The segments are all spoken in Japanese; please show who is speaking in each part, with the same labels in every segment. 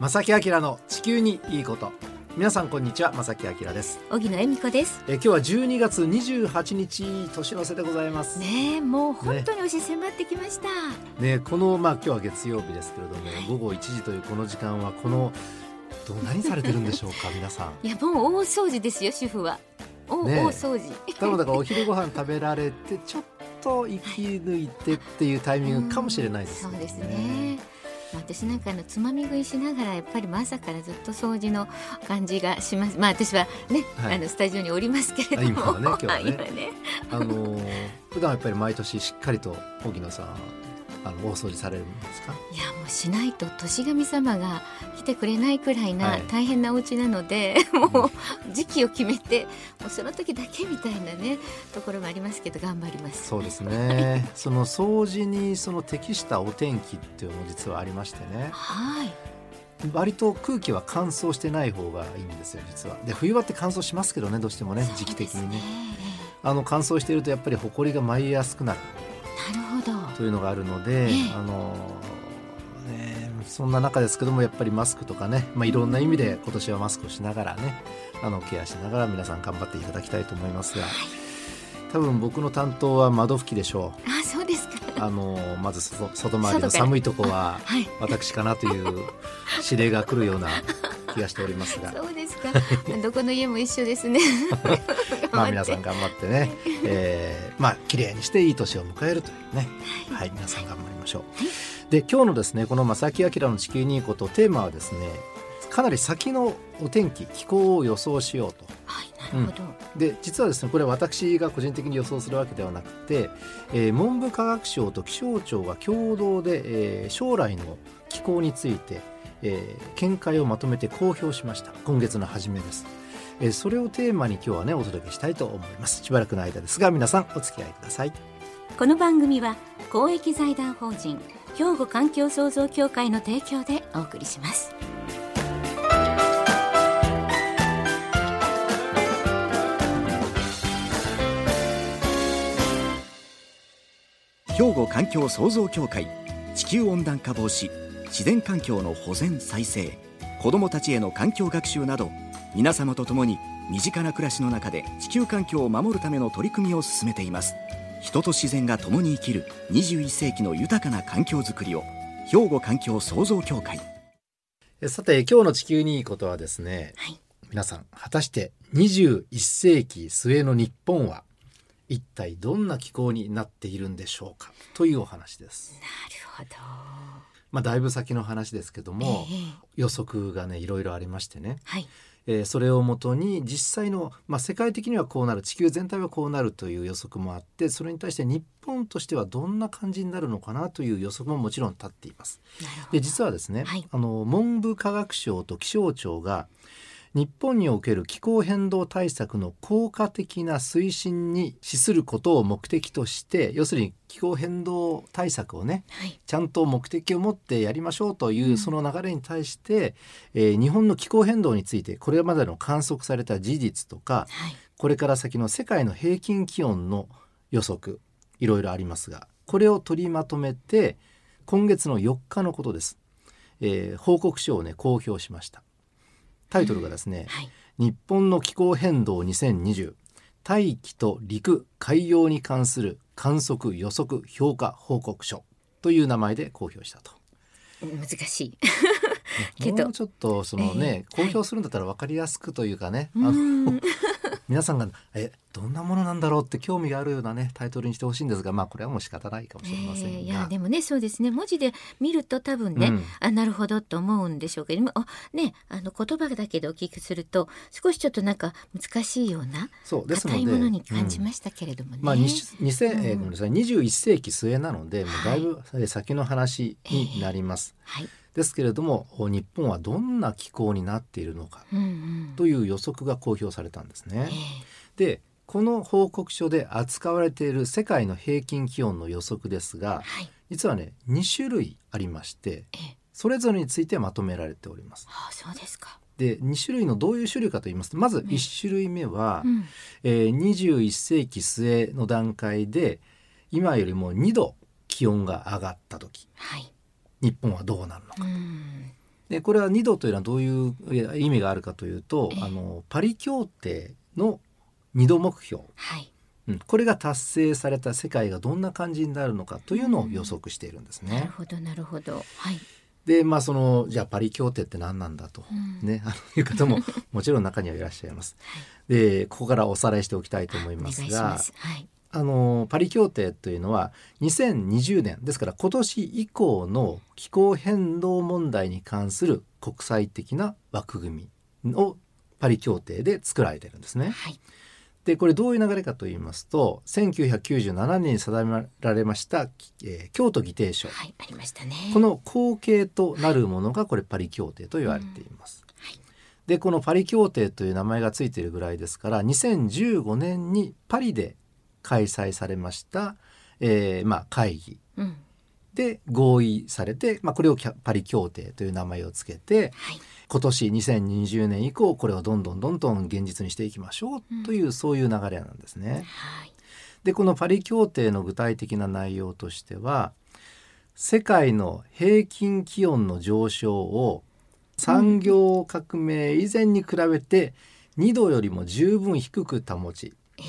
Speaker 1: 正木明の地球にいいこと皆さんこんにちは正木明です
Speaker 2: 荻野恵美子です
Speaker 1: え今日は12月28日年の瀬でございますね
Speaker 2: ねえもう本当に押し迫ってきました、
Speaker 1: このまあ今日は月曜日ですけれども、午
Speaker 2: い
Speaker 1: 後1時というこの時間はこのど何されてるんでしょう か皆さん
Speaker 2: いやもう大掃除ですよ主婦はお
Speaker 1: ねえ
Speaker 2: 大掃除
Speaker 1: 多分だからお昼ご飯食べられてちょっと息抜いてっていうタイミングかもしれないです
Speaker 2: うん
Speaker 1: けど
Speaker 2: そうですね私なんかあのつまみ食いしながらやっぱり朝からずっと掃除の感じがしますまあ私はね、
Speaker 1: はい
Speaker 2: あのスタジオにおりますけれども
Speaker 1: あ今はね今日はね あ
Speaker 2: 今
Speaker 1: のー普段やっぱり毎年しっかりと荻野さんあの大掃除されるん ですか
Speaker 2: いやもうしないと年神様が来てくれないくらい
Speaker 1: は
Speaker 2: ない大変なお家なので、 もう時期を決めてもうその時だけみたいなねところもありますけど頑張ります。
Speaker 1: そうです ねその掃除にその適したお天気っていうのも実はありましてね
Speaker 2: はい
Speaker 1: 割と空気は乾燥してない方がいいんですよ実はで冬場って乾燥しますけどねどうしてもね時期的にねあの乾燥しているとやっぱりホコリが舞いやすくなる
Speaker 2: そうですねなるほど。
Speaker 1: というのがあるので、
Speaker 2: ええ
Speaker 1: あのねそんな中ですけどもやっぱりマスクとかね、まあ、いろんな意味で今年はマスクをしながらねあのケアしながら皆さん頑張っていただきたいと思いますが多分僕の担当は窓拭きでしょ
Speaker 2: あそうですか。
Speaker 1: うあのまず外外回りの
Speaker 2: 外から
Speaker 1: 寒いとこは
Speaker 2: はい。
Speaker 1: 私かなという指令が来るような気がしておりますが。
Speaker 2: そうで すか。どこの家も一緒ですね。
Speaker 1: まあ皆さ
Speaker 2: 頑
Speaker 1: ん
Speaker 2: 張っ
Speaker 1: 頑張って
Speaker 2: て
Speaker 1: ね、えー、まあ綺麗にしていい年を迎えるというね、はい、皆さん頑張りましょう。で今日のですねこの正木明の地球にいいことテーマはですね、かなり先のお天気気候を予想しようと。
Speaker 2: はいなるほど。
Speaker 1: で実はですねこれは私が個人的に予想するわけではなくて、えー文部科学省と気象庁が共同で、えー将来の気候について、えー見解をまとめて公表しました今月の初めです、えーそれをテーマに今日はねお届けしたいと思いますしばらくの間ですが皆さんお付き合いください
Speaker 2: この番組は公益財団法人兵庫環境創造協会の提供でお送りします
Speaker 3: 兵庫環境創造協会地球温暖化防止自然環境の保全再生子どもたちへの環境学習など皆様と共に身近な暮らしの中で地球環境を守るための取り組みを進めています人と自然が共に生きる21世紀の豊かな環境づくりを兵庫環境創造協会
Speaker 1: えーさて今日の地球にいいことはですね
Speaker 2: はい
Speaker 1: 皆さん果たして21世紀末の日本は一体どんな気候になっているんでしょうかというお話です
Speaker 2: なるほ
Speaker 1: まあ、だいぶ先の話ですけど
Speaker 2: ど
Speaker 1: も、
Speaker 2: ええ
Speaker 1: 予測がねいろいろありましてね、
Speaker 2: はい
Speaker 1: えーそれをもとに実際の、まあ、世界的にはこうなる地球全体はこうなるという予測もあってそれに対して日本としてはどんな感じになるのかなという予測ももちろん立っています。
Speaker 2: なるほ
Speaker 1: で
Speaker 2: ど
Speaker 1: 実はですね、
Speaker 2: はい
Speaker 1: あの文部科学省と気象庁が日本における気候変動対策の効果的な推進に資することを目的として要するに気候変動対策をね
Speaker 2: はい
Speaker 1: ちゃんと目的を持ってやりましょうといううんその流れに対して、えー日本の気候変動についてこれまでの観測された事実とか
Speaker 2: はい
Speaker 1: これから先の世界の平均気温の予測いろいろありますがこれを取りまとめて今月の4日のことです、えー報告書をね公表しましたタイトルがですね、
Speaker 2: はい
Speaker 1: 日本の気候変動2020大気と陸海洋に関する観測予測評価報告書という名前で公表したと。
Speaker 2: 難しいけど
Speaker 1: もうちょっとそのね、
Speaker 2: ええ
Speaker 1: 公表するんだったら分かりやすくというかね、
Speaker 2: う
Speaker 1: あの
Speaker 2: ん
Speaker 1: 皆さんが「えどんなものなんだろう?」って興味があるようなねタイトルにしてほしいんですがまあこれはもう仕方ないかもしれませ
Speaker 2: ええ
Speaker 1: ん
Speaker 2: いや
Speaker 1: が。
Speaker 2: でもねそうですね文字で見ると多分ね、
Speaker 1: うん
Speaker 2: あなるほどと思うんでしょうけど今あねあの言葉だけでお聞きすると少しちょっとなんか難しいような
Speaker 1: そうですの
Speaker 2: 硬
Speaker 1: で
Speaker 2: いものに感じ
Speaker 1: うん
Speaker 2: ましたけれどもね。
Speaker 1: まあ、にし2000えー
Speaker 2: う
Speaker 1: ご
Speaker 2: ん
Speaker 1: めんなさい21世紀末なのでもうだいぶえー先の話になります。
Speaker 2: はい、
Speaker 1: ですけれども日本はどんな気候になっているのか
Speaker 2: うんうん
Speaker 1: という予測が公表されたんですね
Speaker 2: え。
Speaker 1: でこの報告書で扱われている世界の平均気温の予測ですが
Speaker 2: えはい、
Speaker 1: 実はね2種類ありまして
Speaker 2: ええ
Speaker 1: それぞれについてまとめられております。
Speaker 2: ああそうですか。
Speaker 1: で2種類のどういう種類かと言いますとまず1種類目は、
Speaker 2: うん、
Speaker 1: えー21世紀末の段階で今よりも2度気温が上がった時
Speaker 2: はい、
Speaker 1: 日本はどうなるのか
Speaker 2: うん、
Speaker 1: でこれは2度というのはどういういや意味があるかというと
Speaker 2: ええ
Speaker 1: あのパリ協定の2度目標、
Speaker 2: はい。
Speaker 1: うん、これが達成された世界がどんな感じになるのかというのを予測しているんです
Speaker 2: なる
Speaker 1: ね。
Speaker 2: ほどなるほど。はい。
Speaker 1: でまあそのじゃあパリ協定って何なんだと、
Speaker 2: うん
Speaker 1: ね、あのいう方ももちろん中にはいらっしゃいます。でここからおさらいしておきたいと思います
Speaker 2: お願いし
Speaker 1: が
Speaker 2: ます。はい。
Speaker 1: あのパリ協定というのは2020年ですから今年以降の気候変動問題に関する国際的な枠組みをパリ協定で作られてるんですね。
Speaker 2: はい。
Speaker 1: でこれどういう流れかと言いますと1997年に定められました、えー京都議定書
Speaker 2: はい。ありましたね。
Speaker 1: この後継となるものがこれパリ協定と言われています。
Speaker 2: はい。
Speaker 1: でこのパリ協定という名前がついているぐらいですから2015年にパリで開催されました、えーまあ、会議
Speaker 2: うん。
Speaker 1: で合意されて、まあ、これをキャパリ協定という名前をつけて
Speaker 2: はい。
Speaker 1: 今年2020年以降これをどんどんどんどん現実にしていきましょうという、そういう流れなんですね。
Speaker 2: はい。
Speaker 1: でこのパリ協定の具体的な内容としては世界の平均気温の上昇を産業革命以前に比べて2度よりも十分低く保ち
Speaker 2: え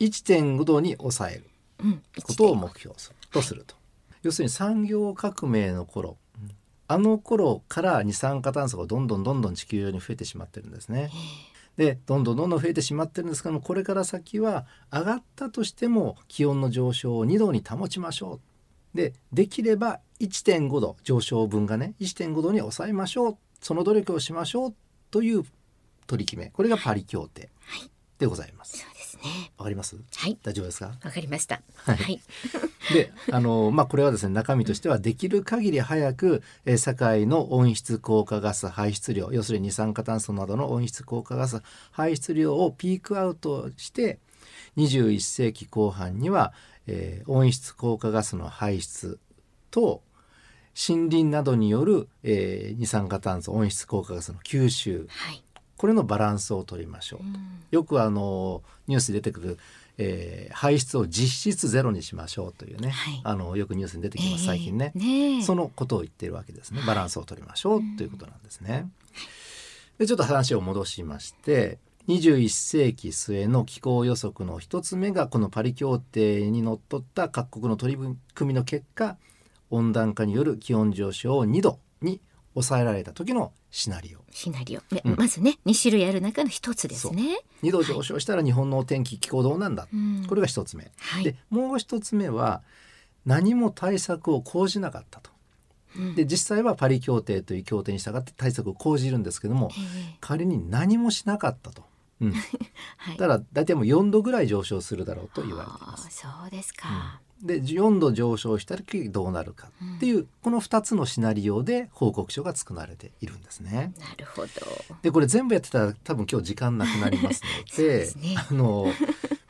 Speaker 2: え。
Speaker 1: 1.5度に抑える
Speaker 2: うん。
Speaker 1: ことを目標するとすると。要するに産業革命の頃あの頃から二酸化炭素がどんどんどんどん地球上に増えてしまってるんですね。
Speaker 2: え
Speaker 1: でどんどんどんどん増えてしまってるんですけどもこれから先は上がったとしても気温の上昇を2度に保ちましょうでできれば1.5度上昇分がね1.5度に抑えましょうその努力をしましょうという取り決めこれがパリ協定
Speaker 2: はい
Speaker 1: でございま
Speaker 2: え
Speaker 1: す。
Speaker 2: そうですね。
Speaker 1: わかります
Speaker 2: はい。
Speaker 1: 大丈夫ですか
Speaker 2: わかりました。はい。
Speaker 1: であの、まあ、これはですね中身としてはできる限り早く、えー社会の温室効果ガス排出量要するに二酸化炭素などの温室効果ガス排出量をピークアウトして21世紀後半には、えー温室効果ガスの排出と森林などによる、えー二酸化炭素温室効果ガスの吸収
Speaker 2: はい。
Speaker 1: これのバランスを取りましょう
Speaker 2: うん
Speaker 1: よくあのニュースに出てくる、えー排出を実質ゼロにしましょうというね、
Speaker 2: はい
Speaker 1: あのよくニュースに出てきます最近ね、
Speaker 2: ええねえ。
Speaker 1: そのことを言ってるわけですねバランスを取りましょうということなんですね。でちょっと話を戻しまして21世紀末の気候予測の一つ目がこのパリ協定にのっとった各国の取り組みの結果温暖化による気温上昇を2度に抑えられた時のシナリオ。
Speaker 2: シナリオ、ね
Speaker 1: うん
Speaker 2: まずね、二種類ある中の一つですね。
Speaker 1: 2度上昇したら日本のお天気気候どうなんだ
Speaker 2: うん
Speaker 1: これが一つ目。
Speaker 2: はい。
Speaker 1: でもう一つ目は何も対策を講じなかったと。
Speaker 2: うん
Speaker 1: で実際はパリ協定という協定に従って対策を講じるんですけども
Speaker 2: ええ
Speaker 1: 仮に何もしなかったと。うん、だ
Speaker 2: はい。
Speaker 1: から大体もう4度ぐらい上昇するだろうと言われています。
Speaker 2: ああそうですか。
Speaker 1: で4度上昇した時どうなるかっていうこの2つのシナリオで報告書が作られているんですね。
Speaker 2: なるほど。
Speaker 1: でこれ全部やってたら多分今日時間なくなりますの
Speaker 2: そうで
Speaker 1: です
Speaker 2: ね
Speaker 1: あの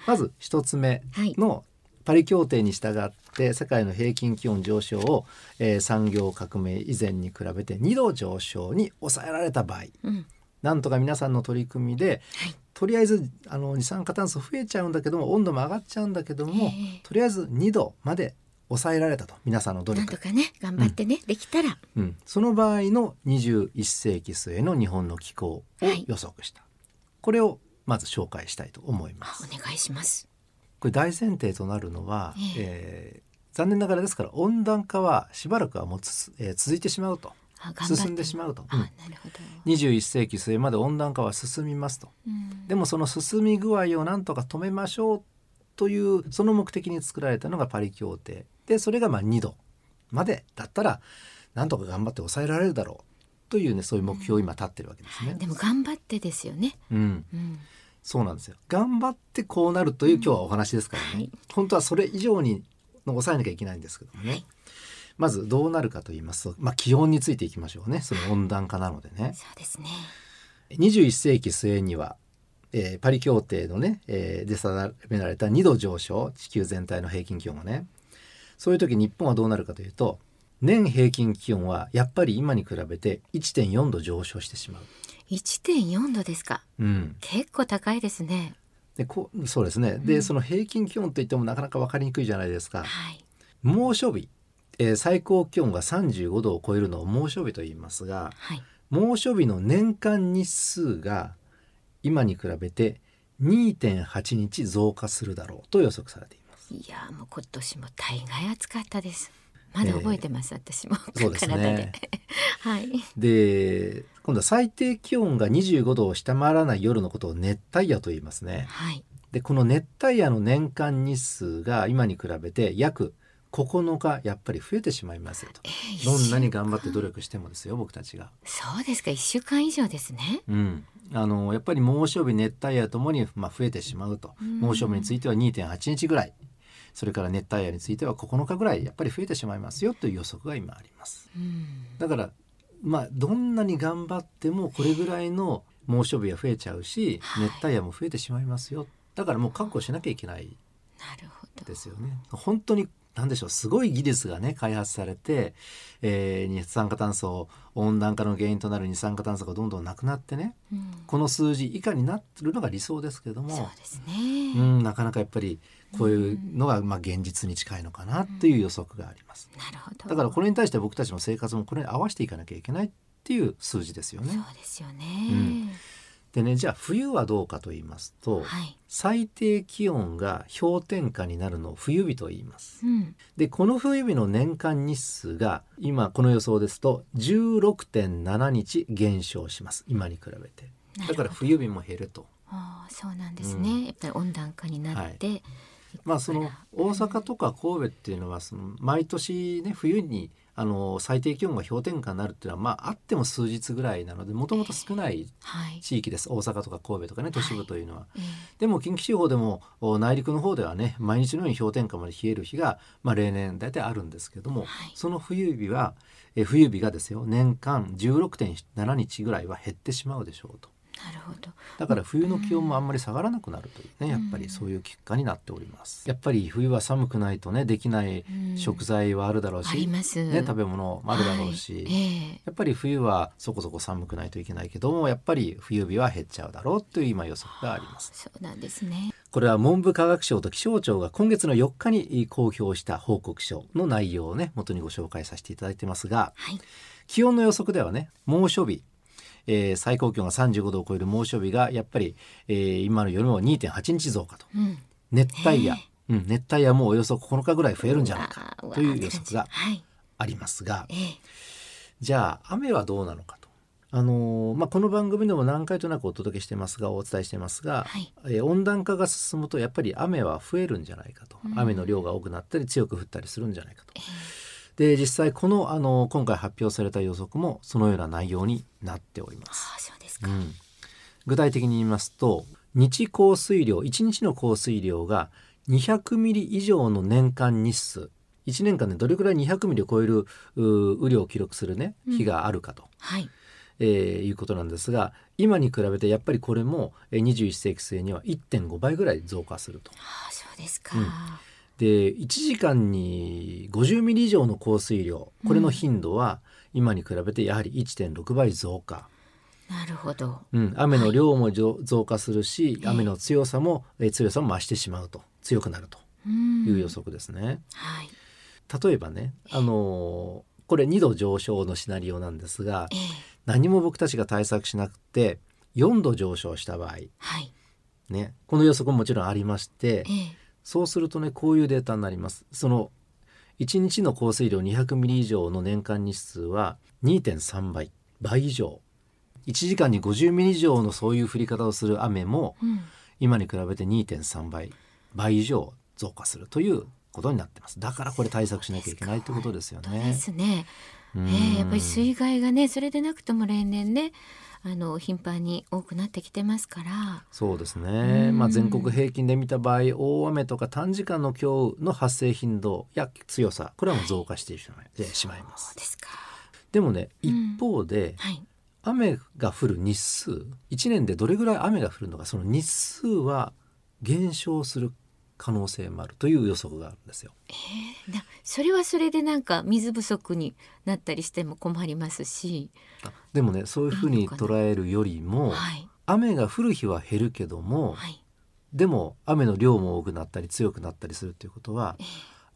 Speaker 1: まず1つ目
Speaker 2: はい。
Speaker 1: のパリ協定に従って世界の平均気温上昇を、えー産業革命以前に比べて2度上昇に抑えられた場合
Speaker 2: うん。
Speaker 1: なんとか皆さんの取り組みで
Speaker 2: はい。
Speaker 1: とりあえずあの二酸化炭素増えちゃうんだけども温度も上がっちゃうんだけども、
Speaker 2: ええ
Speaker 1: とりあえず2度まで抑えられたと皆さんの努
Speaker 2: なん
Speaker 1: 力
Speaker 2: と、かね、頑張ってね、できたら。
Speaker 1: うん、その場合の21世紀末の日本の気候を
Speaker 2: はい
Speaker 1: 予測した、これをまず紹介したいと思いま
Speaker 2: あ
Speaker 1: す。
Speaker 2: お願いします。
Speaker 1: これ大前提となるのは、
Speaker 2: え
Speaker 1: えー残念ながらですから温暖化はしばらくはもうつ、えー続いてしまうと
Speaker 2: あ頑張って
Speaker 1: 進んでしまうと、うん
Speaker 2: あ、なるほど。
Speaker 1: 21世紀末まで温暖化は進みますと
Speaker 2: うん
Speaker 1: でもその進み具合をなんとか止めましょうというその目的に作られたのがパリ協定でそれがまあ2度までだったらなんとか頑張って抑えられるだろうというねそういう目標を今立ってるわけですね。
Speaker 2: でも頑張ってですよね。
Speaker 1: うん
Speaker 2: うん。
Speaker 1: そうなんですよ。頑張ってこうなるという今日はお話ですからね。
Speaker 2: はい
Speaker 1: 本当はそれ以上に抑えなきゃいけないんですけどもね。
Speaker 2: はい
Speaker 1: まずどうなるかと言いますと、まあ、気温についていきましょうね。その温暖化なのでね。
Speaker 2: そうですね。
Speaker 1: 21世紀末には、えーパリ協定のね、えーで定められた2度上昇地球全体の平均気温がねそういう時日本はどうなるかというと年平均気温はやっぱり今に比べて1.4度上昇してしまう。
Speaker 2: 1.4度ですか。
Speaker 1: うん、
Speaker 2: 結構高いですね。
Speaker 1: でこうそうですね、で
Speaker 2: うん
Speaker 1: その平均気温といってもなかなか分かりにくいじゃないですか
Speaker 2: はい。
Speaker 1: 猛暑日えー最高気温が35度を超えるのを猛暑日と言いますが
Speaker 2: はい。
Speaker 1: 猛暑日の年間日数が今に比べて2.8日増加するだろうと予測されています。
Speaker 2: いやーもう今年も大概暑かったです。まだ覚えてます、私も。
Speaker 1: そうです
Speaker 2: 体
Speaker 1: ね
Speaker 2: で。はい。
Speaker 1: で今度は最低気温が25度を下回らない夜のことを熱帯夜と言いますね。
Speaker 2: はい。
Speaker 1: でこの熱帯夜の年間日数が今に比べて約9日やっぱり増えてしまいますよと
Speaker 2: えー
Speaker 1: どんなに
Speaker 2: 一週
Speaker 1: 頑張って努力してもですよ僕たちが。
Speaker 2: そうですか、一週間以上ですね。
Speaker 1: うん、あのやっぱり猛暑日熱帯夜ともに、まあ、増えてしまうと
Speaker 2: うん
Speaker 1: 猛暑日については2.8日ぐらいそれから熱帯夜については9日ぐらいやっぱり増えてしまいますよという予測が今あります。
Speaker 2: うん。
Speaker 1: だからまあどんなに頑張ってもこれぐらいの猛暑日は増えちゃうし
Speaker 2: はい
Speaker 1: 熱帯夜も増えてしまいますよだからもう確保しなきゃいけない
Speaker 2: なるほど。
Speaker 1: ですよね。本当に何でしょうすごい技術がね開発されて、えー二酸化炭素温暖化の原因となる二酸化炭素がどんどんなくなってね
Speaker 2: うん。
Speaker 1: この数字以下になってるのが理想ですけど
Speaker 2: そう
Speaker 1: も、
Speaker 2: です
Speaker 1: う
Speaker 2: ね。
Speaker 1: ん、なかなかやっぱりこういうのがまあ現実に近いのかなという予測があります。
Speaker 2: なるほど。
Speaker 1: だからこれに対して僕たちの生活もこれに合わせていかなきゃいけないっていう数字ですよ
Speaker 2: そ
Speaker 1: ね。
Speaker 2: うですよね。
Speaker 1: んでねじゃあ冬はどうかと言いますと、
Speaker 2: はい。
Speaker 1: 最低気温が氷点下になるのを冬日と言います。
Speaker 2: うん。
Speaker 1: でこの冬日の年間日数が今この予想ですと16.7日減少します今に比べて
Speaker 2: なる
Speaker 1: だ
Speaker 2: ほ
Speaker 1: か
Speaker 2: ど
Speaker 1: ら冬日も減ると
Speaker 2: ああ、そうなんです
Speaker 1: うん
Speaker 2: ね。やっぱり温暖化になって。
Speaker 1: まあその
Speaker 2: あら
Speaker 1: 大阪とか神戸っていうのはその毎年ね冬にあの最低気温が氷点下になるっていうのはまああっても数日ぐらいなのでもともと少ない
Speaker 2: はい。
Speaker 1: 地域です大阪とか神戸とかね都市部というのは。
Speaker 2: ええ
Speaker 1: でも近畿地方でもお内陸の方ではね毎日のように氷点下まで冷える日が、まあ、例年大体あるんですけども、
Speaker 2: はい
Speaker 1: その冬日はえ冬日がですよ年間16.7日ぐらいは減ってしまうでしょうと
Speaker 2: なるほど。
Speaker 1: だから冬の気温もあんまり下がらなくなるというねやっぱりそういう結果になっております。やっぱり冬は寒くないとねできない
Speaker 2: うん
Speaker 1: 食材はあるだろう
Speaker 2: あ
Speaker 1: し、
Speaker 2: ります。
Speaker 1: ね、食べ物もあるだろうし、
Speaker 2: はいええ
Speaker 1: やっぱり冬はそこそこ寒くないといけないけどもやっぱり冬日は減っちゃうだろうという今予測があります。
Speaker 2: そうなんですね。
Speaker 1: これは文部科学省と気象庁が今月の4日に公表した報告書の内容をね元にご紹介させていただいてますが
Speaker 2: はい。
Speaker 1: 気温の予測ではね猛暑日、えー最高気温が35度を超える猛暑日がやっぱり、えー今の夜も2.8日増加と
Speaker 2: うん。
Speaker 1: 熱帯夜、
Speaker 2: ね
Speaker 1: うん、熱帯夜もおよそ9日ぐらい増えるんじゃないか
Speaker 2: うわ
Speaker 1: という予測
Speaker 2: うわ
Speaker 1: が
Speaker 2: はい。
Speaker 1: ありますが
Speaker 2: ええ
Speaker 1: じゃあ雨はどうなのかと。あのーまあ、この番組でも何回となくお届けしてますがお伝えしてますが、
Speaker 2: はい
Speaker 1: えー温暖化が進むとやっぱり雨は増えるんじゃないかと、
Speaker 2: うん
Speaker 1: 雨の量が多くなったり強く降ったりするんじゃないかと。で実際この、あのー今回発表された予測もそのような内容になっております。
Speaker 2: ああ、そうです
Speaker 1: う
Speaker 2: か。
Speaker 1: ん、具体的に言いますと日降水量1日の降水量が200ミリ以上の年間日数1年間でどれくらい200ミリを超えるう雨量を記録するね
Speaker 2: うん
Speaker 1: 日があるかと、
Speaker 2: はい。
Speaker 1: えーいうことなんですが今に比べてやっぱりこれもえー21世紀末には1.5倍ぐらい増加すると。
Speaker 2: ああ、そうですか。
Speaker 1: うんで1時間に50ミリ以上の降水量これの頻度は今に比べてやはり1.6倍増加。
Speaker 2: なるほど。
Speaker 1: うん、雨の量も増増加するし、
Speaker 2: ええ
Speaker 1: 雨の強さも、えー強さも増してしまうと強くなると
Speaker 2: うん。
Speaker 1: いう予。測ですね。
Speaker 2: はい。
Speaker 1: 例えばね、あのーこれ2度上昇のシナリオなんですが
Speaker 2: ええ
Speaker 1: 何も僕たちが対策しなくて4度上昇した場合、
Speaker 2: はい。
Speaker 1: ね、この予測ももちろんありまして
Speaker 2: ええ
Speaker 1: そうするとねこういうデータになります。その1日の降水量200ミリ以上の年間日数は2.3倍倍以上1時間に50ミリ以上のそういう降り方をする雨も
Speaker 2: うん。
Speaker 1: 今に比べて2.3倍倍以上増加するということになってますだからこれ対策しなきゃいけないってことですよ
Speaker 2: 本当で
Speaker 1: ね。
Speaker 2: すね。
Speaker 1: う
Speaker 2: え
Speaker 1: ん
Speaker 2: えやっぱり水害がね、それでなくとも例年ね。あの頻繁に多くなってきてますから。
Speaker 1: そうですね、
Speaker 2: うん
Speaker 1: まあ、全国平均で見た場合大雨とか短時間の強雨の発生頻度や強さこれはもう増加してしまい,、しまいま
Speaker 2: そう
Speaker 1: す
Speaker 2: ですか。
Speaker 1: でもね
Speaker 2: うん
Speaker 1: 一方で、
Speaker 2: はい。
Speaker 1: 雨が降る日数1年でどれぐらい雨が降るのかその日数は減少する可能性もあるという予測があるんですよ。
Speaker 2: なそれはそれでなんか水不足になったりしても困りますし、
Speaker 1: でもねそういうふうに捉えるよりも、
Speaker 2: はい
Speaker 1: 雨が降る日は減るけども、
Speaker 2: はい
Speaker 1: でも雨の量も多くなったり強くなったりするっていうことは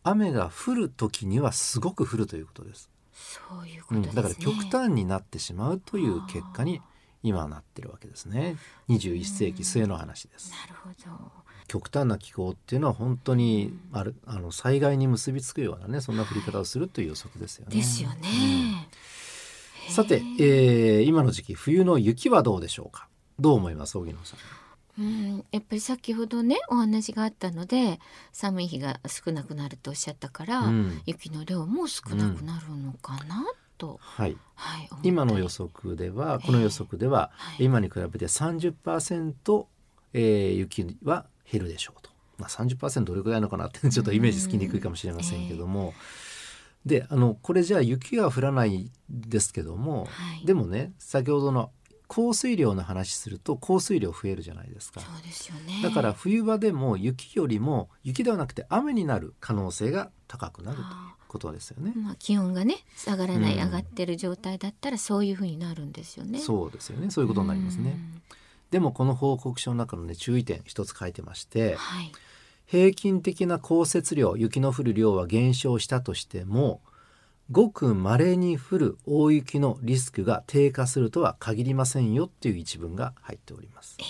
Speaker 1: 雨が降る時にはすごく降るということです。
Speaker 2: そういうこ
Speaker 1: う
Speaker 2: と
Speaker 1: ん、
Speaker 2: ですね、
Speaker 1: だから極端になってしまうという結果に今なってるわけですね。21世紀末の話です。
Speaker 2: なるほど
Speaker 1: 極端な気候っていうのは本当にあるあの災害に結びつくようなねそんな降り方をするという予測ですよね。
Speaker 2: ですよね、
Speaker 1: うん
Speaker 2: へー
Speaker 1: さて、えー今の時期冬の雪はどうでしょうか。どう思います荻野さん。
Speaker 2: うん、やっぱり先ほどねお話があったので寒い日が少なくなるとおっしゃったから、
Speaker 1: うん
Speaker 2: 雪の量も少なくなるのかなと、
Speaker 1: はい。
Speaker 2: はい思ったり
Speaker 1: 今の予測ではこの予測では、
Speaker 2: はい
Speaker 1: 今に比べて30%、えー雪は減るでしょうと、まあ、30%どれくらいなのかなってちょっとイメージつきにくいかもしれませんけども、であのこれじゃあ雪は降らないですけども、
Speaker 2: はい
Speaker 1: でもね先ほどの降水量の話すると降水量増えるじゃないですか。
Speaker 2: そうですよね
Speaker 1: だから冬場でも雪よりも雪ではなくて雨になる可能性が高くなるということですよね。
Speaker 2: まあ気温がね下がらない、
Speaker 1: うん
Speaker 2: 上がってる状態だったらそういう風になるんですよねう
Speaker 1: そうですよね。そういうことになりますね。でもこの報告書の中のね注意点一つ書いてまして
Speaker 2: んはい
Speaker 1: 平均的な降雪量雪の降る量は減少したとしてもごく稀に降る大雪のリスクが低下するとは限りませんよっていう一文が入っております。
Speaker 2: え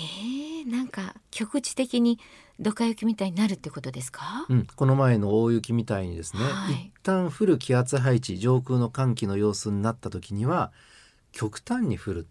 Speaker 2: ー、なんか局地的にドカ雪みたいになるってことですか、
Speaker 1: うん、この前の大雪みたいにですね、
Speaker 2: はい
Speaker 1: 一旦降る気圧配置上空の寒気の様子になった時には極端に降る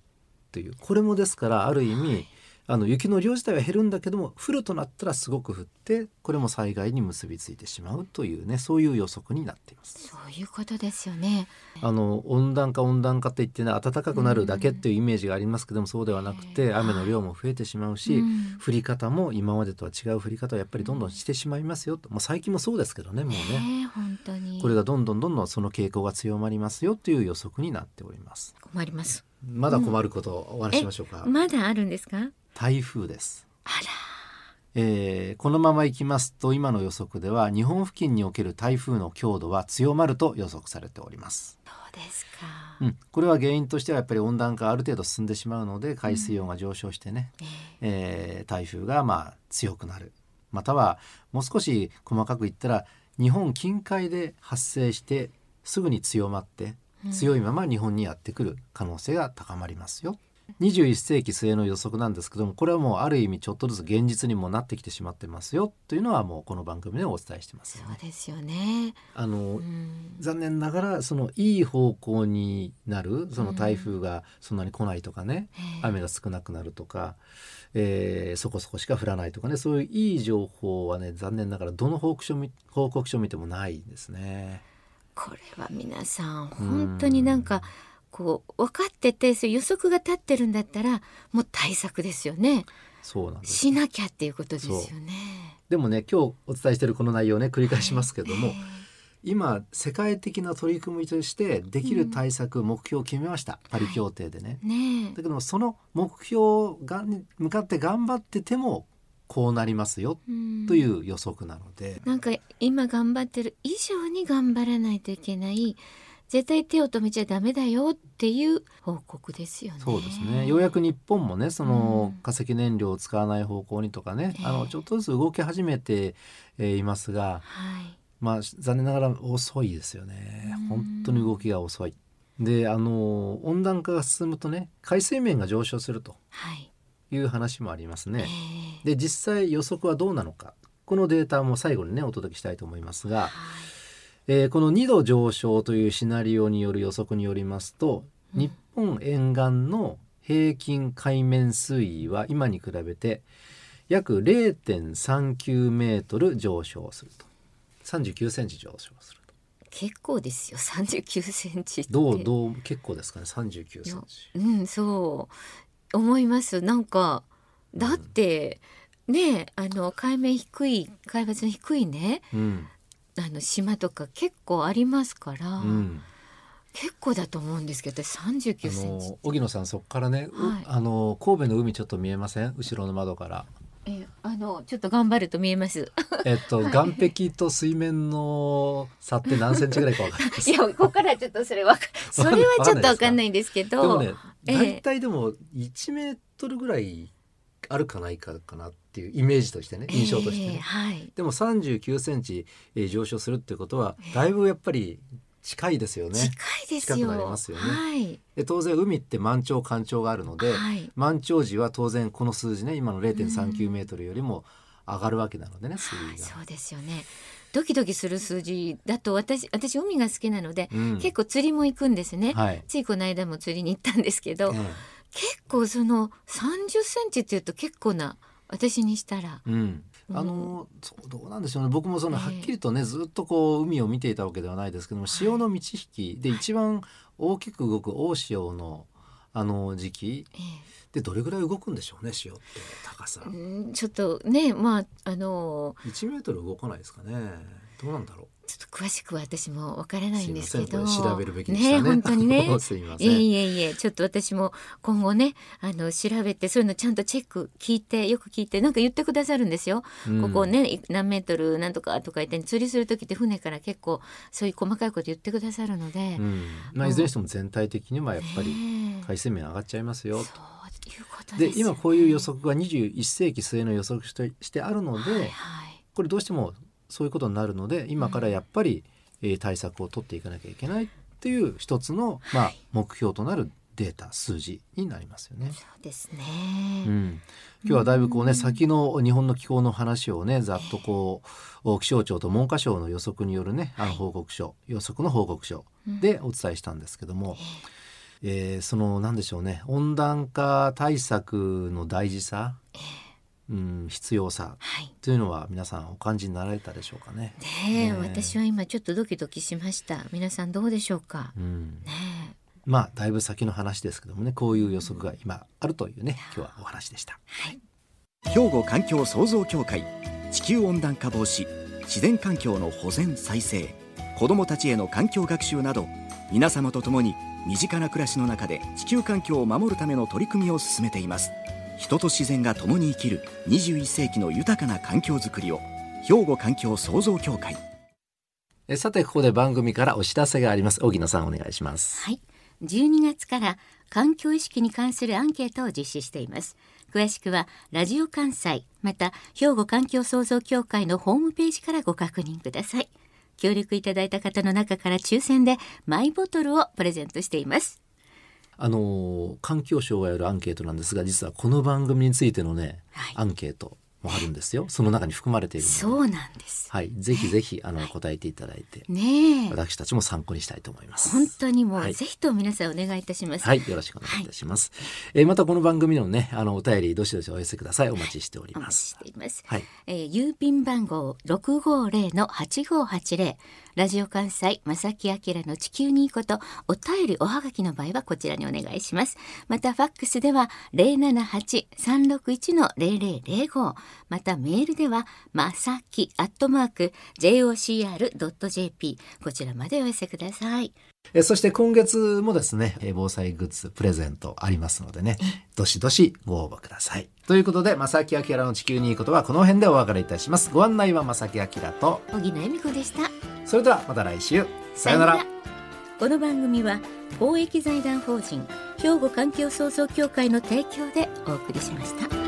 Speaker 1: というこれもですからある意味、あの雪の量自体は減るんだけども降るとなったらすごく降ってこれも災害に結びついてしまうというねそういう予測になっています。
Speaker 2: そういうことですよね
Speaker 1: あの温暖化温暖化って言ってね暖かくなるだけっていうイメージがありますけどもそうではなくて雨の量も増えてしまうし、
Speaker 2: うん
Speaker 1: 降り方も今までとは違う降り方をやっぱりどんどんしてしまいますよと、まあ、最近もそうですけどねもうね
Speaker 2: ねえ本当に
Speaker 1: これがどんどんどんどんその傾向が強まりますよという予測になっております
Speaker 2: 困ります
Speaker 1: まだ困ることをお話ししましょうか、
Speaker 2: まだあるんですか
Speaker 1: 台風です
Speaker 2: あら
Speaker 1: えーこのままいきますと今の予測では日本付近における台風の強度は強まると予測されております
Speaker 2: そうですか、
Speaker 1: うん、これは原因としてはやっぱり温暖化がある程度進んでしまうので海水温が上昇してね、えー台風がまあ強くなるまたはもう少し細かく言ったら日本近海で発生してすぐに強まって強いまま日本にやってくる可能性が高まりますよ。21世紀末の予測なんですけどもこれはもうある意味ちょっとずつ現実にもなってきてしまってますよというのはもうこの番組でお伝えしてますよ
Speaker 2: そう
Speaker 1: ね。
Speaker 2: ですよね
Speaker 1: あの
Speaker 2: うん
Speaker 1: 残念ながらそのいい方向になるその台風がそんなに来ないとかね、
Speaker 2: ええ
Speaker 1: 雨が少なくなるとか、えーそこそこしか降らないとかねそういういい情報はね残念ながらどの報告書み報告書を見てもないんですね。
Speaker 2: これは皆さん本当になんかこう分かっててそういう予測が立ってるんだったらもう対策ですよね
Speaker 1: そうなんです
Speaker 2: しなきゃっていうことですよね
Speaker 1: でもね今日お伝えしているこの内容ね繰り返しますけども、
Speaker 2: ええ
Speaker 1: 今世界的な取り組みとしてできる対策、目標を決めましたパリ協定でね。
Speaker 2: ね
Speaker 1: だけどもその目標がに向かって頑張っててもこうなりますよ
Speaker 2: えうん
Speaker 1: という予測なので、
Speaker 2: なんか今頑張ってる以上に頑張らないといけない絶対手を止めちゃダメだよっていう報告ですよね
Speaker 1: そうですねようやく日本もねその
Speaker 2: うん
Speaker 1: 化石燃料を使わない方向にとかね、
Speaker 2: ええ
Speaker 1: あのちょっとずつ動き始めてえーいますが、
Speaker 2: はい
Speaker 1: まあ、残念ながら遅いですよね
Speaker 2: うん
Speaker 1: 本当に動きが遅い。であの温暖化が進むとね海水面が上昇すると
Speaker 2: はい、
Speaker 1: いう話もありますね。
Speaker 2: ええ
Speaker 1: で実際予測はどうなのかこのデータも最後にねお届けしたいと思いますが、
Speaker 2: はい
Speaker 1: えーこの2度上昇というシナリオによる予測によりますと日本沿岸の平均海面水位は今に比べて約0.39メートル上昇すると39センチ上昇すると
Speaker 2: 結構ですよ39センチって
Speaker 1: どうどう結構ですかね39センチ
Speaker 2: うん、そう思います。なんかだって、ねえあの海面低い海抜の低いね
Speaker 1: うん、
Speaker 2: あの島とか結構ありますから、
Speaker 1: うん、
Speaker 2: 結構だと思うんですけど
Speaker 1: あ
Speaker 2: 39センチ
Speaker 1: の荻野さんそこからね、う
Speaker 2: はい
Speaker 1: あの神戸の海ちょっと見えません後ろの窓から
Speaker 2: えあのちょっと頑張ると見えます
Speaker 1: えっと、岸壁と水面の差って何センチぐらいかわかります。
Speaker 2: いやここからちょっとそれは それはちょっとわかんないんですけ
Speaker 1: でも
Speaker 2: ど
Speaker 1: ね、
Speaker 2: ええ
Speaker 1: 大体でも1メートルぐらいあるかないかかなっていうイメージとしてね印象として
Speaker 2: ええ
Speaker 1: ね、
Speaker 2: はい。
Speaker 1: でも3 9センチえー上昇するってことは
Speaker 2: ええ
Speaker 1: だいぶやっぱり近いですよね
Speaker 2: 近いです
Speaker 1: 近
Speaker 2: よ。
Speaker 1: くなりますよね
Speaker 2: はい。
Speaker 1: で当然海って満潮干潮があるので、
Speaker 2: はい。
Speaker 1: 満潮時は当然この数字ね今の0 3 9ルよりも上がるわけなのでね水
Speaker 2: はい、
Speaker 1: 位が。
Speaker 2: そうですよね。ドキドキする数字だと私私海が好きなので、
Speaker 1: うん
Speaker 2: 結構釣りも行くんですね。
Speaker 1: はい、
Speaker 2: ついこの間も釣りに行ったんですけど、
Speaker 1: え
Speaker 2: 結構その30センチっていうと結構な私にしたら
Speaker 1: えうん
Speaker 2: うん
Speaker 1: あのそうどうなんでしょうね僕もその
Speaker 2: ええ
Speaker 1: はっきりとねずっとこう海を見ていたわけではないですけども潮の満ち引きで一番大きく動く大潮のあの時期
Speaker 2: ええ
Speaker 1: でどれぐらい動くんでしょうね潮って高さ
Speaker 2: うんちょっとねまああの
Speaker 1: 1メートル動かないですかねどうなんだろ
Speaker 2: ちょっと詳しくは私もわから
Speaker 1: う
Speaker 2: ない
Speaker 1: す
Speaker 2: ん
Speaker 1: い
Speaker 2: で
Speaker 1: ますせ
Speaker 2: け
Speaker 1: んこ
Speaker 2: ど
Speaker 1: れ調べるべきでしたね
Speaker 2: 本当にね
Speaker 1: あの すいま
Speaker 2: い
Speaker 1: せ
Speaker 2: え
Speaker 1: ん
Speaker 2: いえいえちょっと私も今後ねあの調べてそういうのちゃんとチェック聞いてよく聞いてなんか言ってくださるんですよ、
Speaker 1: うん
Speaker 2: ここねい何メートルなんとかとか言って釣りする時って船から結構そういう細かいこと言ってくださるので、
Speaker 1: うんまあ、いずれにしても全体的にはやっぱり
Speaker 2: ねえ
Speaker 1: 海水面上がっちゃいますよ
Speaker 2: そういうこと
Speaker 1: で
Speaker 2: ですよ
Speaker 1: 今
Speaker 2: ね
Speaker 1: こういう予測が21世紀末の予測としてあるので、
Speaker 2: はいはい
Speaker 1: これどうしてもそういうことになるので今からやっぱり、えー対策を取っていかなきゃいけないっていう一つの、まあ、目標となるデータ数字になりますよね。
Speaker 2: そうですね、
Speaker 1: うん、今日はだいぶこう
Speaker 2: う
Speaker 1: ね
Speaker 2: ん
Speaker 1: 先の日本の気候の話をねざっとこう気象庁と文科省の予測によるねあの
Speaker 2: はい
Speaker 1: 報告書予測の報告書
Speaker 2: うん
Speaker 1: でお伝えしたんですけども、えーその何でしょうね温暖化対策の大事さ、うん、必要さ
Speaker 2: はい
Speaker 1: というのは皆さんお感じになられたでしょうかね。
Speaker 2: ねえ
Speaker 1: ねえ
Speaker 2: 私は今ちょっとドキドキしました皆さんどうでしょうか
Speaker 1: うん、
Speaker 2: ねえ
Speaker 1: まあだいぶ先の話ですけどもねこういう予測が今あるというね今日はお話でした。
Speaker 2: はい
Speaker 3: 兵庫環境創造協会地球温暖化防止自然環境の保全再生子どもたちへの環境学習など皆様と共に身近な暮らしの中で地球環境を守るための取り組みを進めています人と自然が共に生きる21世紀の豊かな環境づくりを兵庫環境創造協会
Speaker 1: えさてここで番組からお知らせがあります。荻野さんお願いします。
Speaker 4: はい。12月から環境意識に関するアンケートを実施しています。詳しくは、ラジオ関西、また、兵庫環境創造協会のホームページからご確認ください。協力いただいた方の中から抽選で、マイボトルをプレゼントしています。
Speaker 1: あのー環境省がやるアンケートなんですが実はこの番組についてのね、
Speaker 4: はい
Speaker 1: アンケートもあるんですよ。その中に含まれているので
Speaker 4: そうなんです。
Speaker 1: はい、ぜひぜひあの答えていただいて、
Speaker 4: ねえ。
Speaker 1: 私たちも参考にしたいと思います。
Speaker 4: 本当にもう、
Speaker 1: はい
Speaker 4: ぜひとも皆さんお願いいたします。
Speaker 1: はい、よろしくお願いいたします。えーまたこの番組のね、あのお便りどしどしお寄せください。お待ちしており
Speaker 4: お
Speaker 1: ま
Speaker 4: 待ち
Speaker 1: す
Speaker 4: し。ています。
Speaker 1: はい、
Speaker 4: えー郵便番号650-8580ラジオ関西正木明の地球にいいことお便りおはがきの場合はこちらにお願いしますまたファックスでは078-361-0005またメールではまさきアットマーク jocr.jp こちらまでお寄せください
Speaker 1: えーそして今月もですね、えー防災グッズプレゼントありますのでね、どしどしご応募ください。ということで、正木明の地球にいいことはこの辺でお別れいたします。ご案内は正木明と、
Speaker 4: 荻野恵美子でした
Speaker 1: それではまた来週、さようなら。
Speaker 4: この番組は公益財団法人兵庫環境創造協会の提供でお送りしました